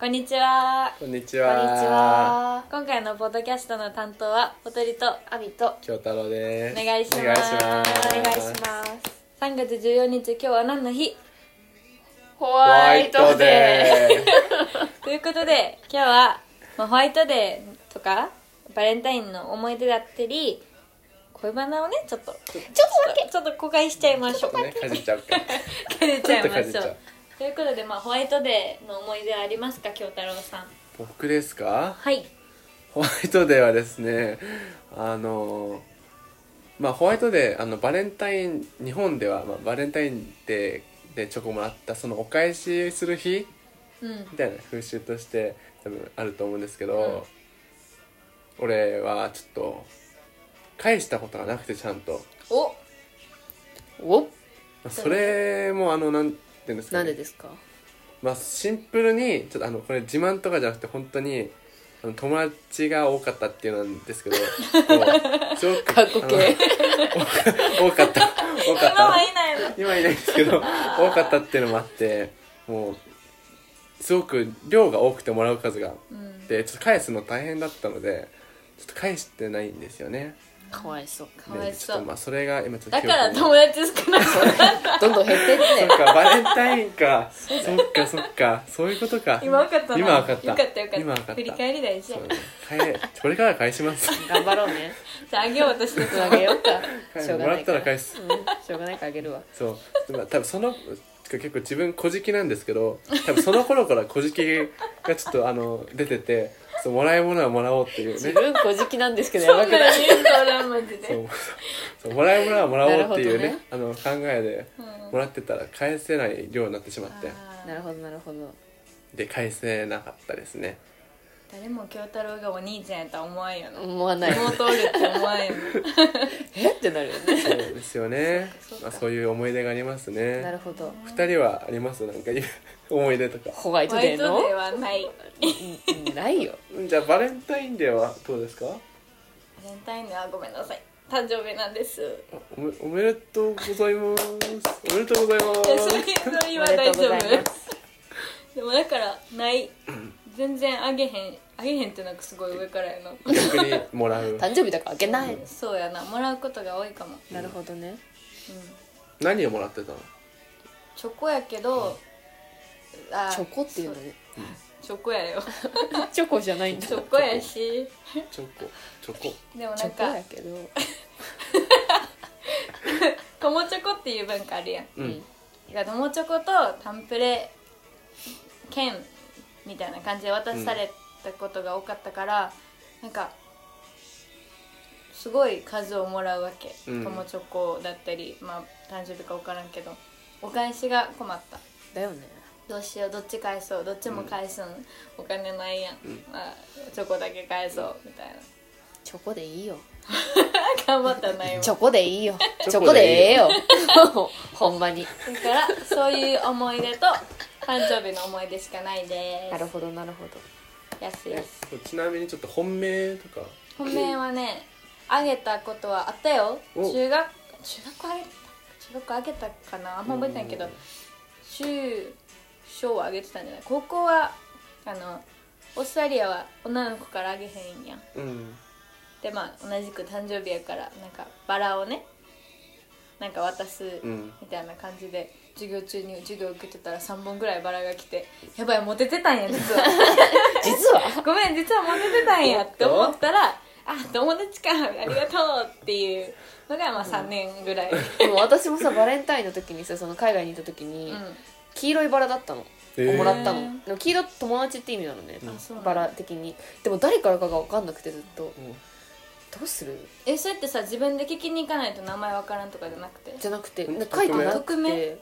こんにちは。こんにちこんは。にち。は。今回のポッドキャストの担当は、ポトリと、アミとお京太郎です。お願いしますお願いします。願いします。 3月14日、今日は何の日 ホホワワイイトトデデということで、今日は、まあ、ホワイトデーとか、バレンタインの思い出だったり、恋バナをね、ちょっと、ちょっとだけ、ちょっと公開しちゃいましょう。ー。ね、 か じっちゃうか。かじっちゃいまちょっとかじしっちょゃうう。ということで、まあ、ホワイトデーの思い出はありますか、京太郎さん。僕ですかはい。ホワイトデーはですね、あの、まあホワイトデー、あの、バレンタイン、日本では、まあ、バレンタインデーでチョコもらった、そのお返しする日うん。みたいな風習として多分あると思うんですけど、俺はちょっと、返したことがなくてちゃんと。おーおそれもあのなんていうんですか、なね、んでですかまあシンプルにちょっとあのこれ自慢とかじゃなくて本当にあの友達が多かったっていうのなん ですけどこうすごく過去形。あの多かった多かっ今はたいないの。今いないんですけど多かったっていうのもあってもうすごく量が多くてもらう数がうん。でちょっと返すの大変だったのでちょっと返してないんですよねかわいそう。かわいでちょそっうと。まあそれが今ちょっとだ記憶かにら友達少なくなった。どんどん減ってっそてっ。かバレンタインかそっかそっかそういうことか今分かったな今分かったよかったよかった今分かった振り返り大事そうね返これから返 します 頑張ろうね。じゃああげようとしてあたげようか。しょうもがらなっいかたらら。うん返すしょうがないからあげるわ。そうまあ多分その結構自分「小じき」なんですけど多分その頃から「小じき」がちょっとあの出ててそうもらい物はもらおうっていう自ね分小じきなんです けど、やそばんくななのい言うと俺はマジそでうそうもらい物はもらおうっていうねなるあの考えでうんもらってたら返せない量になってしまってあなーるほど、なるほど。で返せなかったですね誰も京太郎がお兄ちゃんやとは思わんよな思わない。妹おるって思わんよえってなるよね。そうですよねそうかそうかまあ、そういう思い出がありますねなるほど。二人はありますなんか 思い出とかホワイなホトワデイートのデーはないうんないよ。じゃあバレンタインデーはどうですかバレンタインデーはごめんなさい誕生日なんですあおめおめでとうございますおめでとうございいやまそれすそれお今めで大とう丈ござ夫いますでもだからない全然あげへんあげへんってなんかすごい上からや な逆にもらう誕生日だからあげない。そうやなもらうことが多いかも、なるほどね。うん何をもらってたのチョコやけど、あチョコっていうのね。チョコや よチョコじゃないんだ。チョコやしチョコチョコでもチなョんコかやけど。友チョコっていう文化あるやんうん、うんだから友チョコとタンプレ券みたいな感じで渡されたことが多かったから、なんかすごい数をもらうわけ、うん友チョコだったりまあ誕生日か分からんけどお返しが困っただよね。どうしようどっち返そうどっちも返すん、お金ないやん、まあ、チョコだけ返そうみたいなチョコでいいよ。頑張ったな今チョコでいいよ。チチョョココででええええよ。ほんまに。だからそういう思い出と誕生日の思い出しかないでなるほど、なるほど。すやすやすそうちなみにちょっと本命とか本命はねあげたことはあったよお中学中学校あげた中学校あげたかなあんま覚えてないけどうん中小はあげてたんじゃない高校はあのオーストラリアは女の子からあげへんやんうんでまあ同じく誕生日やからなんかバラをねなんか渡すうんみたいな感じで授業中に授業受けてたら3本ぐらいバラが来てやばいモテてたんや実は実は、ごめん実はモテてたんやって思ったらあ友達かありがとうっていうのがまあ3年ぐらい、うでも私もさ、バレンタインの時にさ、その海外にいた時に、ん、黄色いバラだったの。えーもらったへのー。でも黄色って友達って意味なのねあそうな。んだバラ的に。でも誰からかが分かんなくてずっと。どうするえそれってさ自分で聞きに行かないと名前わからんとかじゃなくてじゃなくうて、書んいてな匿く名て、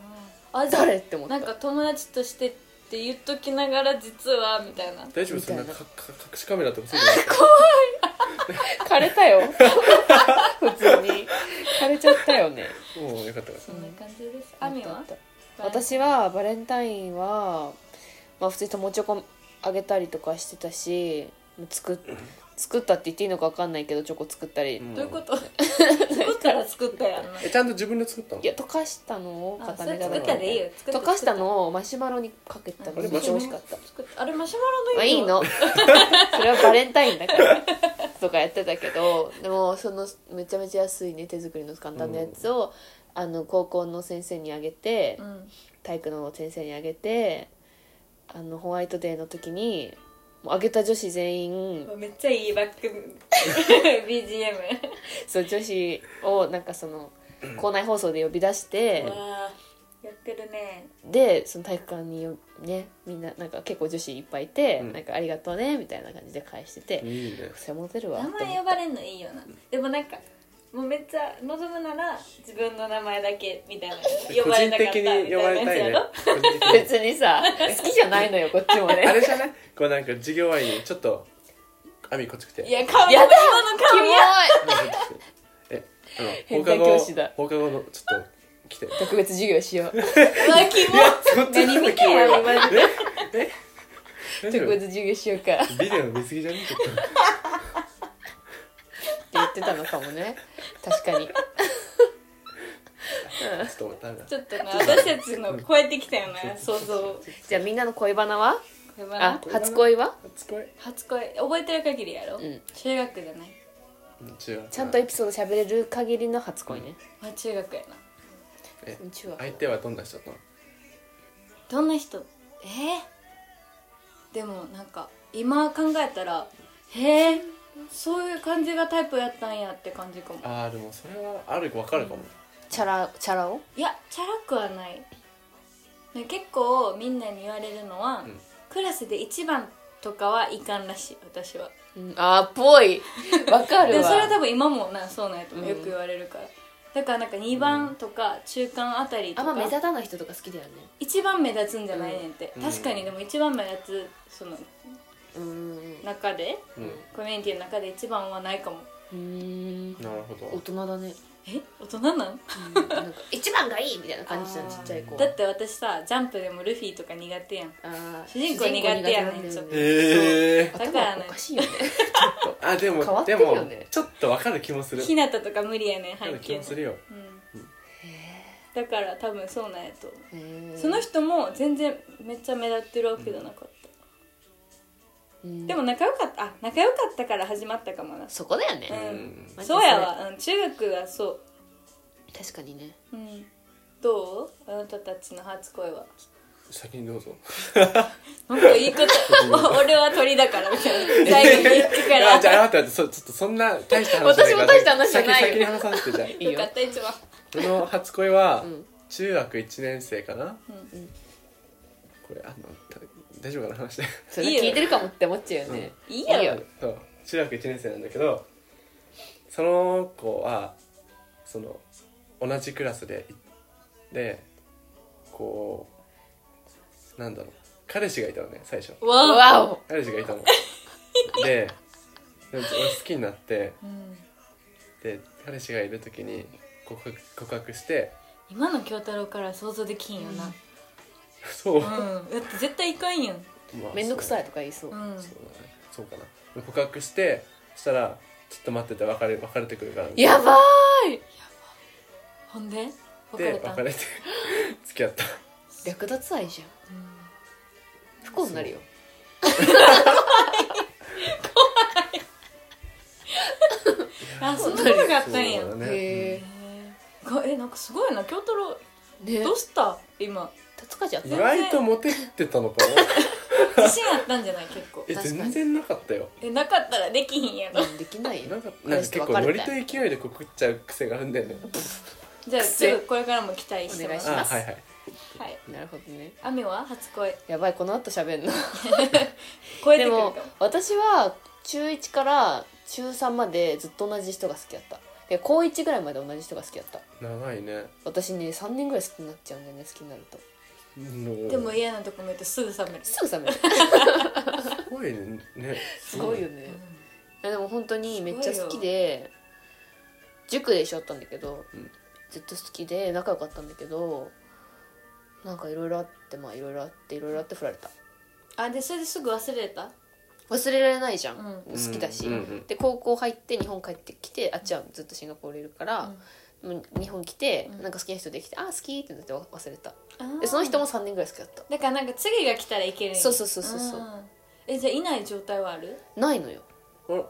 あじゃあ誰って思っなんた。か友達としてって言っときながら実はみたいな大丈夫そんなみたかいなか隠しカメラとかそう枯れたよ。普通に。枯れちゃったよね。いうのもうよかったかそんな感じですアミあはったあった私はバレンタインは、まあ、普通に友チョコあげたりとかしてたし作っ作ったって言っていいのか分かんないけどチョコ作ったり、うんどういうこと作っから作ったやんなえちゃんと自分で作ったのいや溶かしたのを固めたあそれだ作ったでいいよ作った溶かしたのをマシュマロにかけたのあめれっちゃ美味しかマった作ったあれマシュマロまのあい意い味 のそれはバレンタインだからとかやってたけどでもそのめちゃめちゃ安いね手作りの簡単なやつを、あの高校の先生にあげて、うん体育の先生にあげてあのホワイトデーの時にもうあげた女子全員めっちゃいいバッ ク BGM そう女子をなんかその校内放送で呼び出して、わーやってるねでその体育館によねみんななんか結構女子いっぱいいて、うんなんかありがとうねみたいな感じで返してて、いいねそれモテるわ名と思前っ呼ばれんのいいよなでもなんかもうめっちゃ望むなら自分の名前だけみたいな呼個ばれ人なかったみ的たいなに呼ばれたいやつやねろ個人的たに別にさ好きじゃないのよこっちもあねれじゃないこうなんか授業終わりにちょっと「あみこっち来て」いや顔やだ今のキ顔モいやえあの変放課態後教師だ放課後のちょっと来 て特別授業し よううわキモそっちの方がキモいわええ特別授業しようかってビデオ見すぎじゃねちょっと言ってたのかもね確かに ちょっと待ってちょっとな私たちの超えてきたよな想像をじゃあみんなの恋バナはこれはあな初恋は初恋初恋覚えてる限りやろ、ん中学じゃないうん中学ちゃんとエピソード喋れる限りの初恋ね、まあ中学やなえ中学相手はどんな人だったのどんな人えーでもなんか今考えたらへえそういう感じがタイプやったんやって感じかもああでもそれはある分かるかもチャラチャラをいやチャラくはないね結構みんなに言われるのは、んクラスで一番とかはいかんらしい私はうん、あーっぽいわかでるもわそれは多分今もなそうなんやと思う、うんよく言われるからだからなんか2番とか中間あたりとあんか、ま目立たない人とか好きだよね一番目立つんじゃないねんって、うん確かにでも一番目立つそのうん中でうんコミュニティの中で一番はないかもうんなるほど大人だね、え大人なんうんなんか一番がいいみたいな感じじゃんあちーっちゃい子だって私さジャンプでもルフィとか苦手やんあー主人公苦手やね主ちょ人公苦手なんだよっとへえだ頭からねおかしいよねあでも変わってでるよもねちょっと分かる気もするひなたとか無理やねん分か背る気景もするようんだから多分そうなんやと思うへーその人も全然めっちゃ目立ってるわけじゃなかった、うんでも仲良かったあ仲良かったから始まったかもな、そこだようね、んうんそうやわ、うん、中学がそ確かにねう、うん、どうあなたたちの初恋は先にどうぞなんかいいこと俺は鳥だからみたいな最後に行くかいやら じゃあ待って待ってそちょっとそんな大した話じゃないから私も大した話じゃないよ先先に話させてじゃあいいよよかった一番この初恋はん中学1年生かな、うこれあのた大丈夫かな話でそれ聞いてるかもって思っちゃうよね、いいやろいいよそう中学1年生なんだけどその子はその同じクラスででこうなんだろう彼氏がいたのね最初わおわお彼氏がいた のでで俺好きになってうんで彼氏がいる時に告白告白して今の京太郎から想像できんよなそう、まうんだって絶対いかんやんあめんどくさそういとか言いそう、うんそうだねそうかな告白してそしたら「ちょっと待ってて別れ別れてくるから」やばーいほんで別れでた別れて付き合った略奪愛じゃん不幸になるよあそんなことがあったんやそうだねへがえなんかすごいな京太郎えねどうした 今たつかちゃっ意た外とモテてたのかな自信あったんじゃない結構え確かに全然なかったよえなかったらできひんや ろうんできないな よんかなんか結構ノリと勢いで告っちゃう癖があるんだよねじゃあくせちょっとこれからも期待してますお願あいしはいはいはいなるほどね亜美は初恋やばいこの後喋んの超えてでくるかもも私は中1から中3までずっと同じ人が好きだったで高1ぐらいまで同じ人が好きだった長いね私ね3年ぐらい好きになっちゃうんだよね好きになるとででも嫌なとこ見るとすぐ冷めるすぐ冷めるすごいねねすごいよね、いやでも本当にめっちゃ好きすごいで塾で一緒だったんだけど、うんずっと好きで仲良かったんだけどなんかいろいろあってまあいろいろあっていろいろあって振られたあでそれですぐ忘れた忘れられないじゃん、うん好きだし、うんうんで高校入って日本帰ってきてあっちはずっとシンガポールいるから、もう日本来て、うんなんか好きな人できてあー好きってなって忘れたうんでその人も3年ぐらい好きだっただからなんか次が来たらいけるんやそうそうそうそうそうんえじゃあいない状態はあるないのよ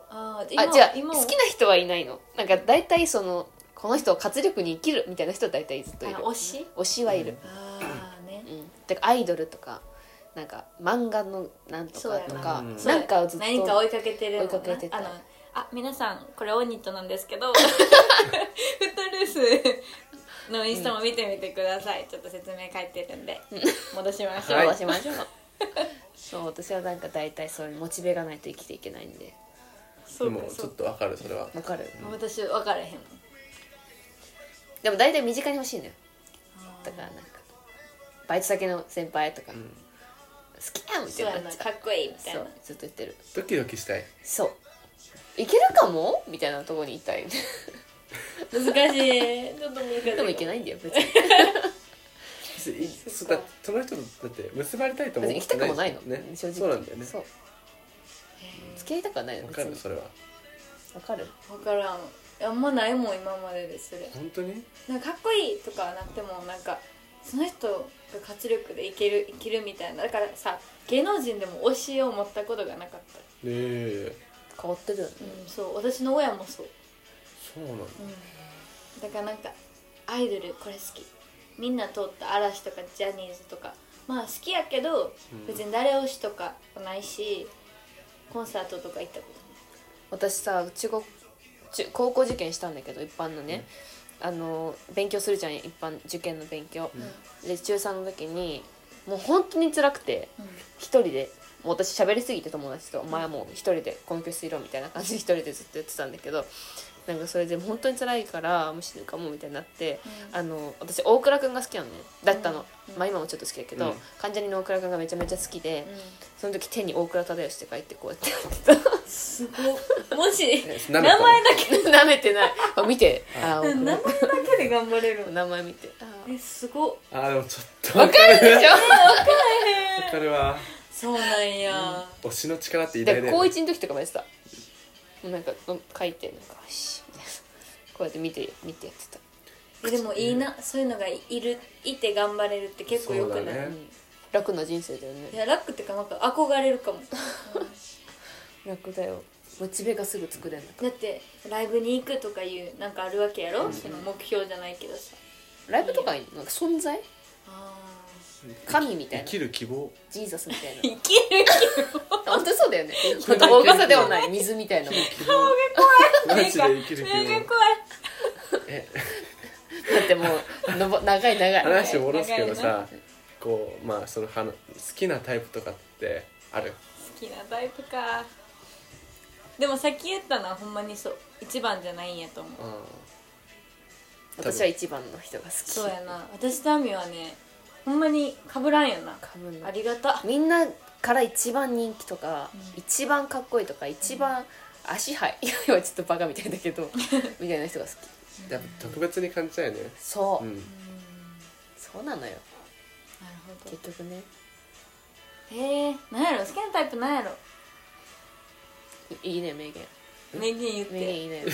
ああーであ今じゃあ今好きな人はいないのなんか大体そのこの人を活力に生きるみたいな人は大体ずっといるあ推し推しはいる、ああねうんてかアイドルとかなんか漫画のなんとかとか、うんそうなやんかをずっと何か追いかけてるもんな追いかけてたあのあ皆さんこれオニットなんです けどフットルースのインスタも見てみてください、ちょっと説明書いてるんで戻しましょう、はいそうしましょうそう私はなんか大体そういうモチベがないと生きていけないんでそでうかもちそょうかっとわかるそれはわかる私分からへんもんでも大体身近に欲しいのよだからなんかバイト先の先輩とか、ん好きやんみそうたやいにななっちかゃうっこいいみたいそなうずっと言ってるドキドキしたいそういけるかもみたいなところにい たい難しいちょっと難しいでもいけないんだよ別に別にいそだその人とだって結ばれたいとも別思に行っきてたなくいもしないの、ね正直そうなんだよねそう付き合いたくはないのわ別かるにそれはわかる分からんあんまないもん今まででそれ本当になんかかっこいいとかはなくてもなんかその人が活力でいけるいけるみたいなだからさ芸能人でも推しを持ったことがなかったねえ変わってるよねうん、そう私の親もそう、そうなんだうん、だからなんかアイドルこれ好きみんな通った嵐とかジャニーズとかまあ好きやけどうん別に誰推しとかはないしコンサートとか行ったこ私さ中国中高校受験したんだけど一般のね、あの勉強するじゃん一般受験の勉強、で中3の時にもう本当に辛くてとない、一人でもう私喋りすぎて友達と「お前はもう一人でこの教室いろ」みたいな感じで一人でずっとやってたんだけどなんかそれで本当に辛いからもう死ぬかもみたいになってうんあの私大倉君が好きなのねだったの、うんまあ今もちょっと好きだけど、うん関ジャニの大倉君がめちゃめちゃ好きで、うんその時手に大倉忠義って書いてこうやってやってたすごいも しな名め前ただの舐めてないあ 見てあけ名前だけで頑張れるお名前見てあ えすごっあーでもちょっとわかるでし わかるわそうなんや、推しの力ってょ偉大でだ高よね一の時とかもやってたもうなんかうん書いてなんかよしみたいなこうやって見て見てやってえでもいいな、そういうのがいるいて頑張れるって結構よくない、そうだねた、うん、楽な人生だよいねや楽ってかなんか憧れるかも 楽だよモチベがすぐ作れんだだってライブに行くとかいうなんかあるわけやろ、その目標じゃないけどさライブとかになんか存在あー神みた生いなきる希望ジーザスみたい な生きる本当そうだよね本当大げさではない水みたいなもんだマ気ジで生きる希なん望か怖いえってもうのぼ長い長い話を戻すけど長いさこうまあその花好きなタイプとかってある好きなタイプかでもさっき言ったのはほんまにそう一番じゃないんやと思うあ私は一番の人が好きそうやな私と亜美はねほんまにかぶらんよなかぶんなあいりがたみんなから一番人気とか、うん一番かっこいいとか一番足早い 今はちょっとバカみたいだ けどみたいな人が好きーやっぱ特別に感じたよねそうう、んそうなのなよるほど結局ねへえんやろ好きなタイプなんやろいいいね名言名言言っ名言ていい ね好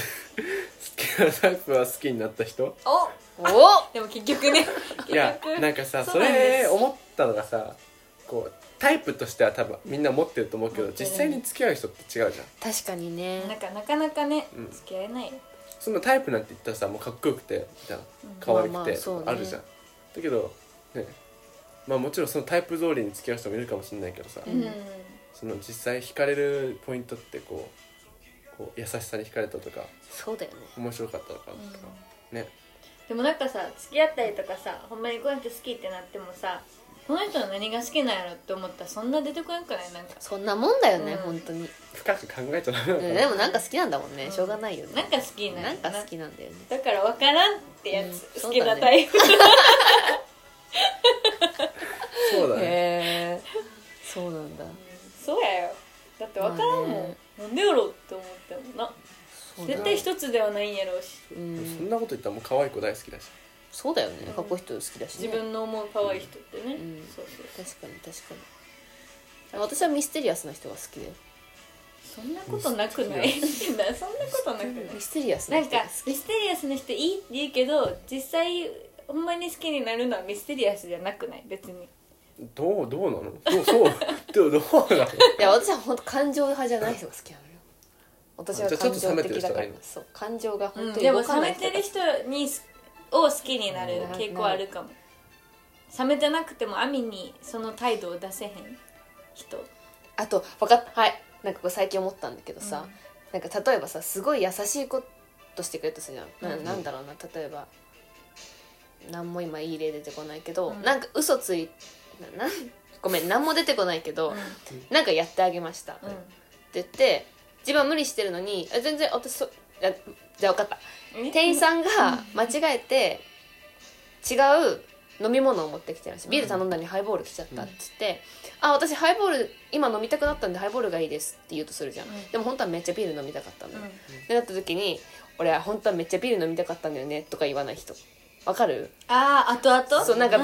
きなタイプは好きになった人おおおでも結局ね いや結局なんかさそそうなんですれ思ったのがさこうタイプとしては多分みんな持ってると思うけど持ってる実際に付き合う人って違うじゃん確かにねなんかなかなかね、うん付き合えないよそんなタイプなんて言ったらさもうかっこよくてみたいなうん可愛まあくまあてそうねあるじゃん、だけどねまあもちろんそのタイプ通りに付き合う人もいるかもしれないけどさ、ううんん、その実際惹かれるポイントってこうこう優しさに惹かれたとかそうだよね面白かったとかとか、ねでもなんかさ付き合ったりとかさほんまにこの人好きってなってもさこの人の何が好きなんやろって思ったらそんな出てこなくないなんかそんなもんだよね、うん本当に、深く考えちゃダメなのかうんなでもなんか好きなんだもんね、うんしょうがないよねなんか好きなんやなろんか好きなんだよねだから分からんってやつ、うん好そうきだねなタイプ、そうだねへえそうなんだ そうやよだって分からんもん、まあねなんでやろって思ってもなそうだ絶対一つではないんやろうしうでもそんんなこと言ったらもう可愛い子大好きだしそうだよねかっこいい人好きだし、ね、自分の思う可愛い人ってね、うんそうそうそう確かに確かに私はミステリアスな人が好きでそんなことなくないそんなことなくないミステリアスなん人かミステリアスな人いいって言うけど実際ほんまに好きになるのはミステリアスじゃなくない別にどうどうなのそうそうでもどうなのいや私は本当感情派じゃない人が好きなのよ私はじゃあちょ感っと冷情めてる的人だかがいらいのそう感情が本当にでも動か冷ないめ人てる人にすを好きになる傾向あるかも冷めてなくても網にその態度を出せへん人あと分かったはいなんかこう最近思ったんだけどさ、なんか例えばさすごい優しいことしてくれたとするじゃん、うんななんだろうな例えば何も今いい例出てこないけど、うんなんか嘘ついななんごめん何も出てこないけど、なんかやってあげました、うんって言って自分は無理してるのにあ全然私そあじゃあ分かったうん店員さんが間違えて違う飲み物を持ってきてるしビール頼んだのにハイボール来ちゃったっつって「あ私ハイボール今飲みたくなったんでハイボールがいいです」って言うとするじゃん、うんでも本当はめっちゃビール飲みたかったんだよ、うんってなった時に「俺は本当はめっちゃビール飲みたかったんだよね」とか言わない人わかる、ああ後々そうなんか、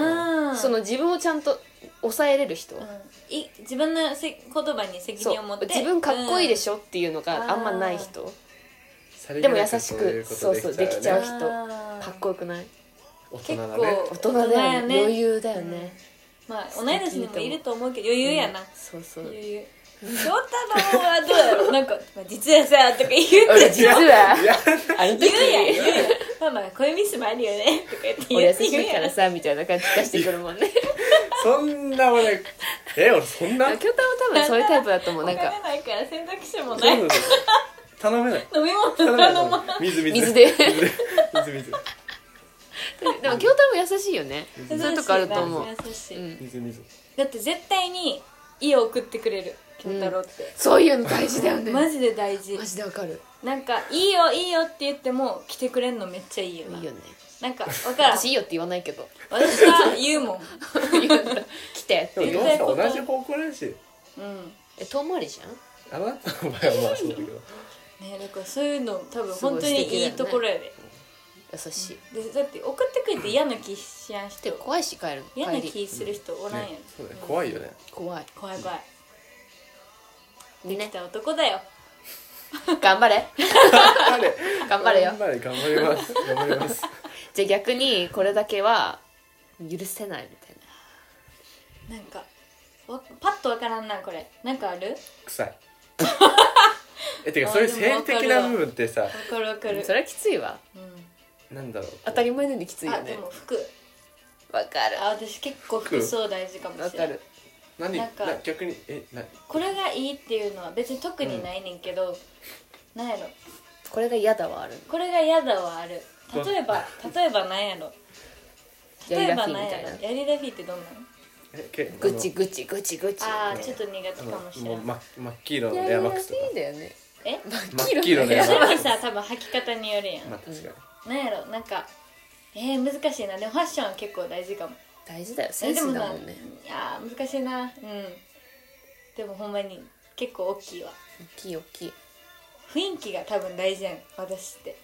んその自分をちゃんと抑えれる人、うんい自分のせ言葉に責そ任を持っうて自分かっこいいでょ、しょっていうのがあんまない人、さりげでも優なしくそういうことできたらねそうそうできちゃう人あーかっこよくない大人結だ構ね大人だよね余裕だよね、まあ同い年にもいると思うけど余裕やな、うんそうそう余裕翔太郎はどうやろうなんか「まあ実はさ」とか言う俺実はあの言時うやん言うやん「ママこういうミスもあるよね」とか言って言う俺優し言ういやかんらさみたいな感じ出してくるもんねそんな俺え俺そんな京太郎多分そういうタイプだと思うおなん金か ないから選択肢もない頼飲む頼めないみ物頼頼めないむ水水水で水で水水でも京太郎優しいよねそう優しいいうとこあると思う、優しい、うん、水水だって絶対に家を送ってくれる健太郎って、そういうの大事だよねマジで大事マジでわかるなんか「いいよいいよ」って言っても来てくれんのめっちゃいいよないいよねなんか分からん 私私いいよって言わないけどは言うもん言うんだ来てでもどうせ同じ方向だしうんえ遠回りじゃんあのなお前はまあそうだけどねだからそういうの多分すごい本当にいいところやで優しいでだって送ってくれて嫌な気しやんで人怖いし帰る嫌な帰り気する人おらんやん、ねそうだね怖いよね怖い怖い怖いねできた男だよ 頑張れ頑張れ頑張れよ頑張れ頑張ります頑張りますじゃあ逆にこれだけは許せないみたいななんかわパッとわからんなこれなんかある臭いえてかあそういうでも性わかるわ的な部分ってさわかるわかるそれはきついわうんなんだろう当たり前のようにきついよあでねも服わかるあ私結構服装大事かもわしかれないる何なんかな逆にえなこれがいいっていうのは別に特にないねんけど、なんやろこれが嫌だはあるこれが嫌だはある例えば例えばなんやろヤリ例えラばフィーなんみたやいろなヤリラフィーってどんなのえけグチグチグチグチあーちょっと苦手あかもしれのもうない真真っ黄色のヤエリラアマフィックスとかーだよねえ真っ黄色のいエやアマそッれクもスさ多分履き方によるやん、まあ確かになんやろなんかえー、難しいなでもファッションは結構大事かも大事だよセえンでスもださもんねいやー難しいなうんでもほんまに結構大きいわ大きい大きい雰囲気が多分大事やん私って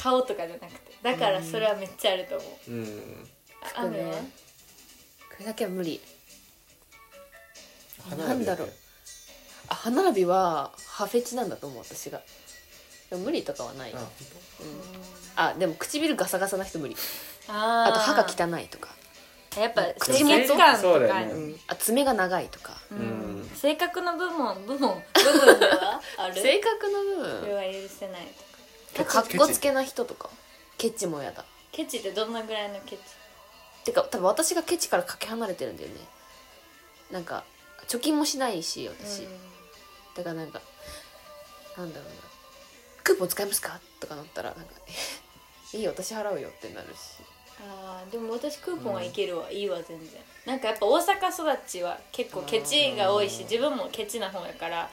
顔とかじゃなくてだからそれはめっちゃあると思ううんあ服雨はねこれだけは無理花なんだろうあ歯並びは歯フェチなんだと思う私がでも無理とかはないあ本あでも唇ガサガサな人無理あーあと歯が汚いとか、やっぱ口口元感そうとだかよねにうんあ爪が長いとかううんん性格の部門部門部分ではある性格の部それ分は許せないとかでかっこつけな人とかケチもやだケチってどんなぐらいのケチてか多分私がケチからかけ離れてるんだよねなんか貯金もしないし私、だからなんかなんだろうなクーポン使いますかとかなったらなんか 「えいいよ私払うよ」ってなるしあーでも私クーポンはいけるわ、いいわ全然なんかやっぱ大阪育ちは結構ケチが多いしあー自分もケチな方やから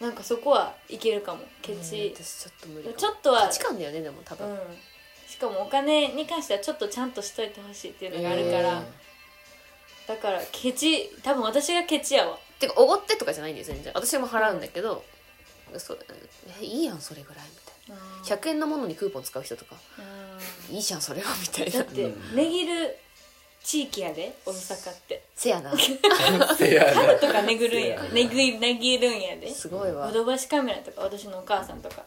なんかそこはいけるかもケチうん、私ちょっと無理かもちょっとは価値観だよねでも多う分、んしかもお金に関してはちょっとちゃんとしといてほしいっていうのがあるから、うんだからケチ多分私がケチやわてかおごってとかじゃないんだよ全然私も払うんだけど、そうえいいやんそれぐらいみたいな100円のものにクーポン使う人とかうんいいじゃんそれはみたいだっなて値切る地域やで大阪ってせやな せやなとか巡るんやねぐいなぎるんやですごいわヨドバシカメラとか私のお母さんとか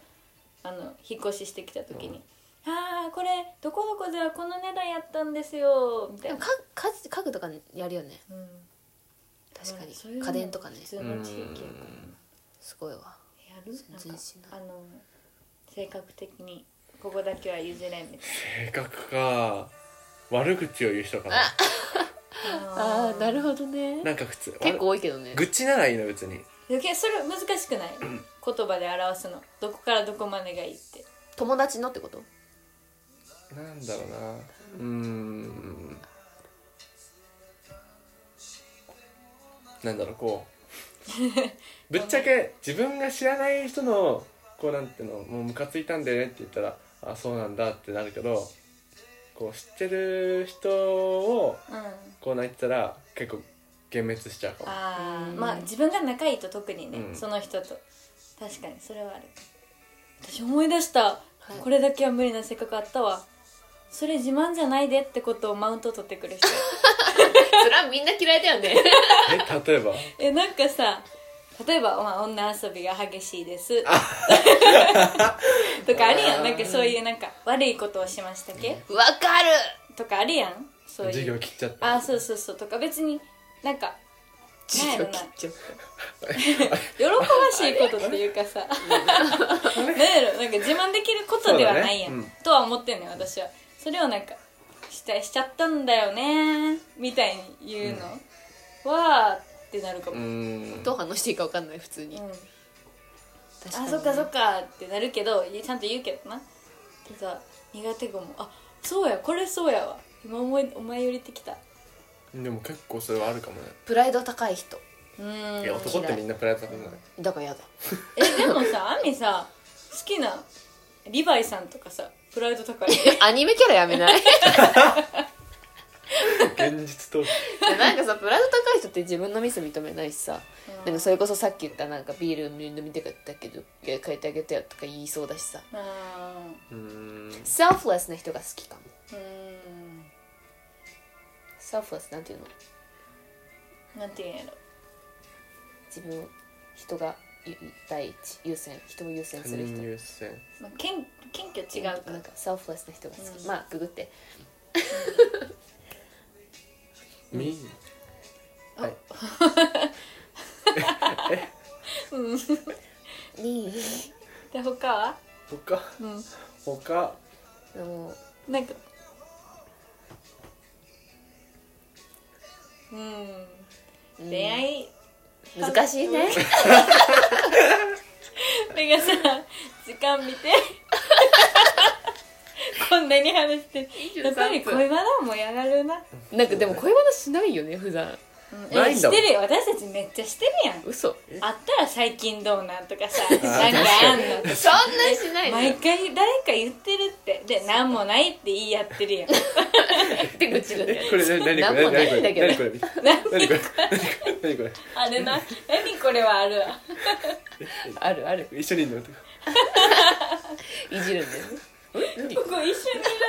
あの引っ越ししてきた時に「ああこれどこどこではこの値段やったんですよ」みたでいもなか家家具とかやるよねうん確かにそういうの家電とかね普通の地域やからすごいわやるなん全然しかなあの性格的にここだけは譲れんみたい性格か悪口を言う人かな などほどねなんか普通結構多いけどね愚痴ならいいの別にそれ難しく ない言葉で表すのどこからどこまでがいいって友達のってことなんだろうなうーんなんだろうこ うぶっちゃけ自分が知らない人のこうなんていうのもうムカついたんだよねって言ったらあそうなんだってなるけどこう知ってる人をうんこうなんて言ったら結構幻滅しちゃうかもああうんまあ自分が仲いいと特にね、うんその人と確かにそれはある私思い出した、いこれだけは無理な性格あったわそれ自慢じゃないでってことをマウント取ってくる人それはみんな嫌いだよねえ例えばえなんかさ例えば、まあ、女遊びが激しいです とかあるやんなんかそういうなんか悪いことをしましたっけ、わかるとかあるやんそう授い業う切っちゃったあーそうそうそうとか別になんかなんやろなちょっ 喜ばしいことっていうかさ何やろなんか自慢できることではないやん、そうだねとは思ってんねん私はそれをなんかしたしちゃったんだよねみたいに言うの、はってなるかうも、ーうんんとどう話していいかわかんない普通にあ確かにそっかそっかってなるけどいやちゃんと言うけどなけど苦手かもあそうやこれそうやわ今思いお前寄りてきたでも結構それはあるかもねプライド高い人うーんいや男ってみんなプライド高くないだからやだえでもさあみさ好きなリヴァイさんとかさプライド 高いよねアニメキャラやめない 現実 となんかさプライド高い人って自分のミス認めないしさなんかそれこそさっき言ったなんかビール飲みたかったけどいや変えてあげたよとか言いそうだしさあうーんセルフレスな人が好きかもーうーセルフレスなんていうのんなんて言うんやろ自分人がゆ第一優先人を優先他する人人優先まあ、謙謙虚違うかなんかセルフレスな人が好き、うんまあググってみはいえ にで他は他うん他もうなんかうんん恋愛難しいね目がさ時間見 てこんなに話してやっぱり恋バナもやがるな、なんかでも恋話しないよね普段うん、なえいんしだもんてるよ私たちめっちゃしてるやん嘘あったら最近どうなんとかさなんかあんのとかそんなしない毎ね回誰か言ってるってで何もないって言い合ってるやんって愚痴だねえこれ何これな何んもこなれいんだけど何これ何これ何これあれな何これはあるわあるある一緒にいるのとかいじるんだよねえ何ここ一緒にいる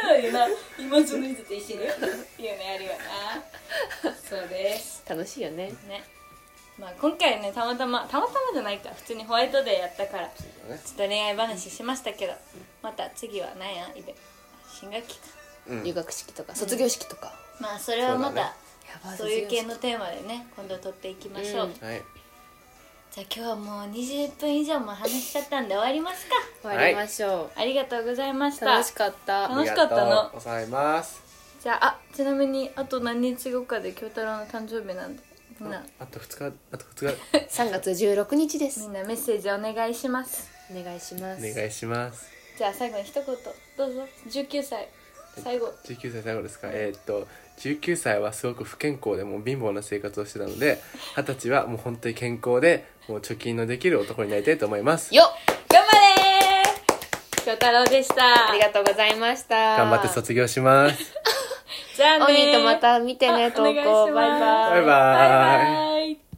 のにな今その人と一緒にいるっていうのあるよなそうです楽しいよねねまあ今回ねたまたまたまたまじゃないか普通にホワイトデーやったからちょそうだねっと恋愛話しましたけどまた次は何やイベ新学期かうん入学式とか卒業式とかまあそれはまたやばそういう系の卒テーマでね今度取っていきましょう、うんはいじゃあ今日はもう20分以上も話しちゃったんで終わりますか業式終わりましょありがとうございましうた楽しかった楽しかったのありがとうございますじゃああちなみにあと何日後かで京太郎の誕生日なんでみんなあと二日あと二日3月16日でみすんなメッセージお願いしますお願いしまおす願いしますじゃあ最後に一言どうぞ19歳最後19歳最後ですかえーっと19歳はすごく不健康でもう貧乏な生活をしてたので二十歳はもう本当に健康でもう貯金のできる男になりたいと思いますよっ頑張れー京太郎でしたありがとうございました頑張って卒業しますじゃあねーオニーとまた見てあね投お願いします稿バイバイバイバイバイバイ